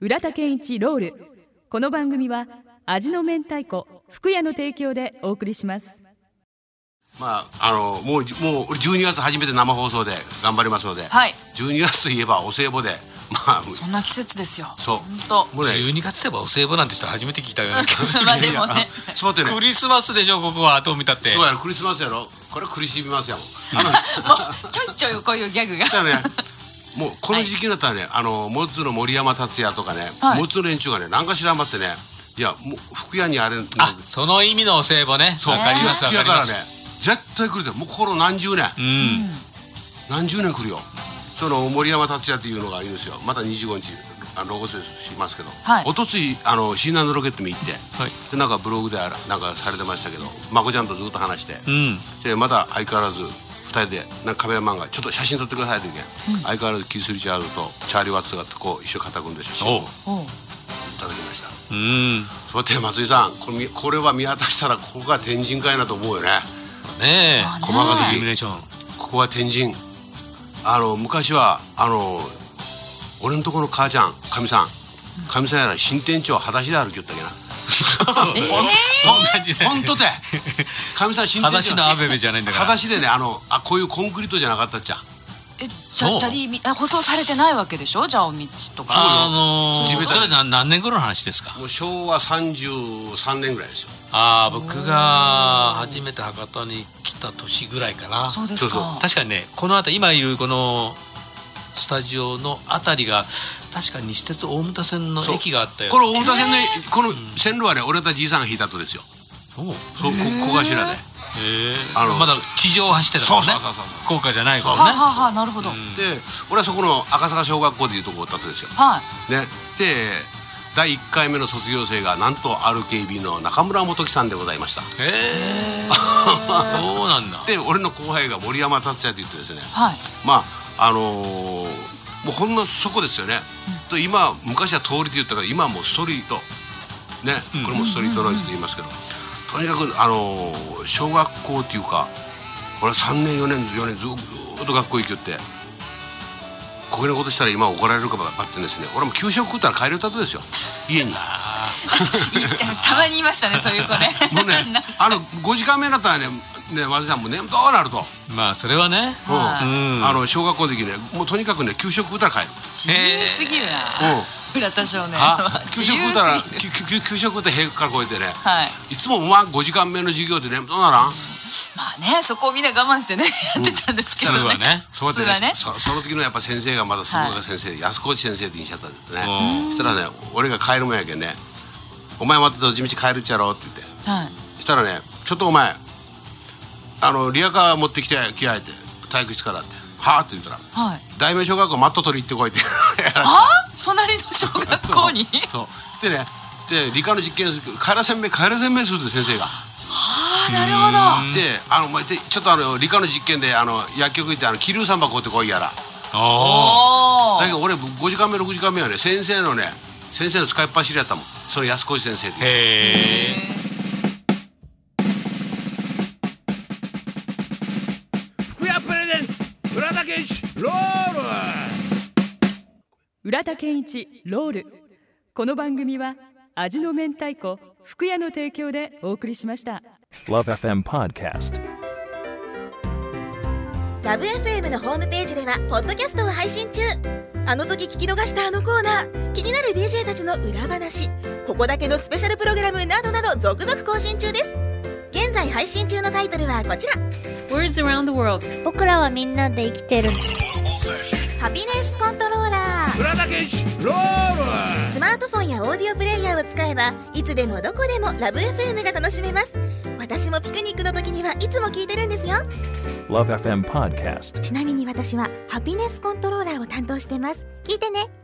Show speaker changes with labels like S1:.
S1: 浦田健一ロールこの番組は味の明太子福屋の提供でお送りします
S2: まあ、あのもうじもう12月初めて生放送で頑張りますので、
S3: はい
S2: 12月といえばお歳暮でまあ
S3: そんな季節ですよ。
S2: そう
S3: 本
S2: もうね
S4: 12月といえばお歳暮なんて人初めて聞いたような気がす
S3: 当。
S4: る
S3: まあでも
S2: いや
S3: ね。
S2: あそうだ ってね
S4: クリスマスでしょここはどう見たって
S2: そうやろクリスマスやろこれは苦しみますやもんあの
S3: もうちょいちょいこういうギャグが。
S2: だからねもうこの時期になったらね、あのモッツの森山達也とかね、
S3: はい
S2: モッツの連中がね何かしら余ってねいやもう福屋にあれ
S4: あその意味のお歳暮ね
S2: そう
S4: わかりますわ
S2: 福屋
S4: かり
S2: か
S4: ま
S2: らね
S4: す
S2: 絶対来るでもうこの何十年、
S4: うん
S2: 何十年来るよその森山達也っていうのがいるんですよまた25日あのロゴスしますけど、
S3: はい
S2: おとついあの新南のロケット見行って
S4: はい
S2: でなんかブログであらなんかされてましたけどまこちゃんとずっと話して、
S4: うん
S2: でまだ相変わらず2人でなんかカメラマンが「ちょっと写真撮ってください」って言うけん、相変わらずキース・リチャードとチャーリー・ワッツがこう一緒に肩組んで写真を
S4: お
S2: いう
S3: おう
S2: ただきました
S4: うん
S2: そうやって松井さんこれ見これは見渡したらここが天神かいなと思うよね
S4: ねえ
S3: あ
S2: 細か
S3: は
S4: イ
S3: い
S4: ルミネ
S2: 時
S4: ーション
S2: ここは天神あの昔はあの俺のとこの母ちゃんかみさんかみさんやら新店長裸足で歩きよったっけな
S4: そんな時代
S2: 本 当でかみさん新店
S4: 裸
S2: 長
S4: 足のアベベじゃないんだか
S2: 裸
S4: ら
S2: 足でねあのあこういうコンクリートじゃなかったっちゃ
S3: えじゃ
S4: そ
S3: あ
S4: う
S3: チャリみえ舗装されてないわけでしょじゃあお道とか。
S4: あの
S2: そう
S4: ー
S2: よ
S4: それ何何年頃の話ですか
S2: もう昭和33年ぐらいですよ
S4: ああ僕が初めて博多に来た年ぐらいかな
S3: そうです
S2: そう
S3: か。
S4: 確かにねこの辺り今いるこのスタジオの辺りが確か西鉄大牟田線の
S2: そう
S4: 駅があったよ
S2: この大牟田線のこの線路はね俺たじいさんが引いたとですよ
S4: おう
S2: そうこ小頭で
S4: へえ
S2: あの
S4: まだ地上を走ってたからね
S2: そうそうそうそう
S4: 高架じゃないか
S3: は
S4: ら
S3: い
S4: ね
S3: はいはいなるほど。はい。
S2: で俺はそこの赤坂小学校っていうとこだったんですよねで第1回目の卒業生がなんと RKB の中村元樹さんでございました
S4: へえそうなんだ
S2: で俺の後輩が森山達也と言ってですね
S3: はい。
S2: まああのーもうほんのそこですよね、と今昔は通りって言ったから今はもうストリートね、
S4: ん
S2: これもストリートノイズと言いますけど、とにかく、あのー小学校っていうか俺は3年4年4年ずっと学校行きよってこげなことしたら今怒られるかばってんですね俺も給食食ったら帰り歌とですよ家に。
S4: あ
S3: いたまにいましたねそういう子ね。
S2: も うねあの5時間目になったらねね松井さんもう眠とうなると、
S4: ーまあそれはね
S2: うん
S3: はい
S4: うん
S2: あの小学校の時ねもうとにかくね給食食ったら帰る。
S3: 自由すぎるな
S2: うん。
S3: 浦田少年
S2: あ
S3: は
S2: 給
S3: 自
S2: 食
S3: 由
S2: 打
S3: す
S2: たら
S3: ぎる。
S2: 給給給食打たら平から超えてね、
S3: はい。
S2: い、つもお前5時間目の授業でねどうならん
S3: まあねそこをみんな我慢してねやってたんですけど
S4: そ
S3: ね。
S4: れはね
S2: そうやって
S3: 普通は
S2: ね
S3: ね
S2: そその時のやっぱ先生がまだすごい先生、安河内先生って言いちゃったんですね
S4: うん
S2: そしたらね俺が帰るもんやけんね「お前またどっちみち帰るっちゃろ」って言って
S3: はい。
S2: そしたらね「ちょっとお前あのリアカー持ってきて着替えて体育室から」って「はあ」って言ったら「
S3: はい。
S2: 大名小学校マット取り行ってこい」って
S3: あ隣の小 学校に
S2: そうそうでねで理科の実験する帰らせんめ帰らせんめするって先生が。
S3: あなるほ
S2: で、あの、までちょっとあの理科の実験で、あの薬局行って、あの桐生さんばこってこいやら。
S4: お
S3: どお
S2: だけ
S3: ー
S2: ど、俺、五時間目、六時間目はね、先生のね、先生の使いっ走りやったもん。その安越先生
S4: ー
S2: で。
S4: へえ
S5: 福屋プレゼンツ浦田健一ロール
S1: 浦田健一ロールこの番組は味の明太子福屋の提供でお送りしました
S6: Love FM Podcast.
S7: ラブ f m のホームページではポッドキャストを配信中あの時聞き逃したあのコーナー気になる DJ たちの裏話ここだけのスペシャルプログラムなどなど続々更新中です現在配信中のタイトルはこちら
S8: Words around the world.
S9: 僕らはみんなで生きてる
S7: ハピネスコントローラー
S5: 浦田健一ロール
S7: スマートフォンやオーディオプレイヤーを使えばいつでもどこでもラブ f m が楽しめます私もピクニックの時にはいつも聞いてるんですよ
S6: Love FM Podcast.
S7: ちなみに私はハピネスコントローラーを担当してます聞いてね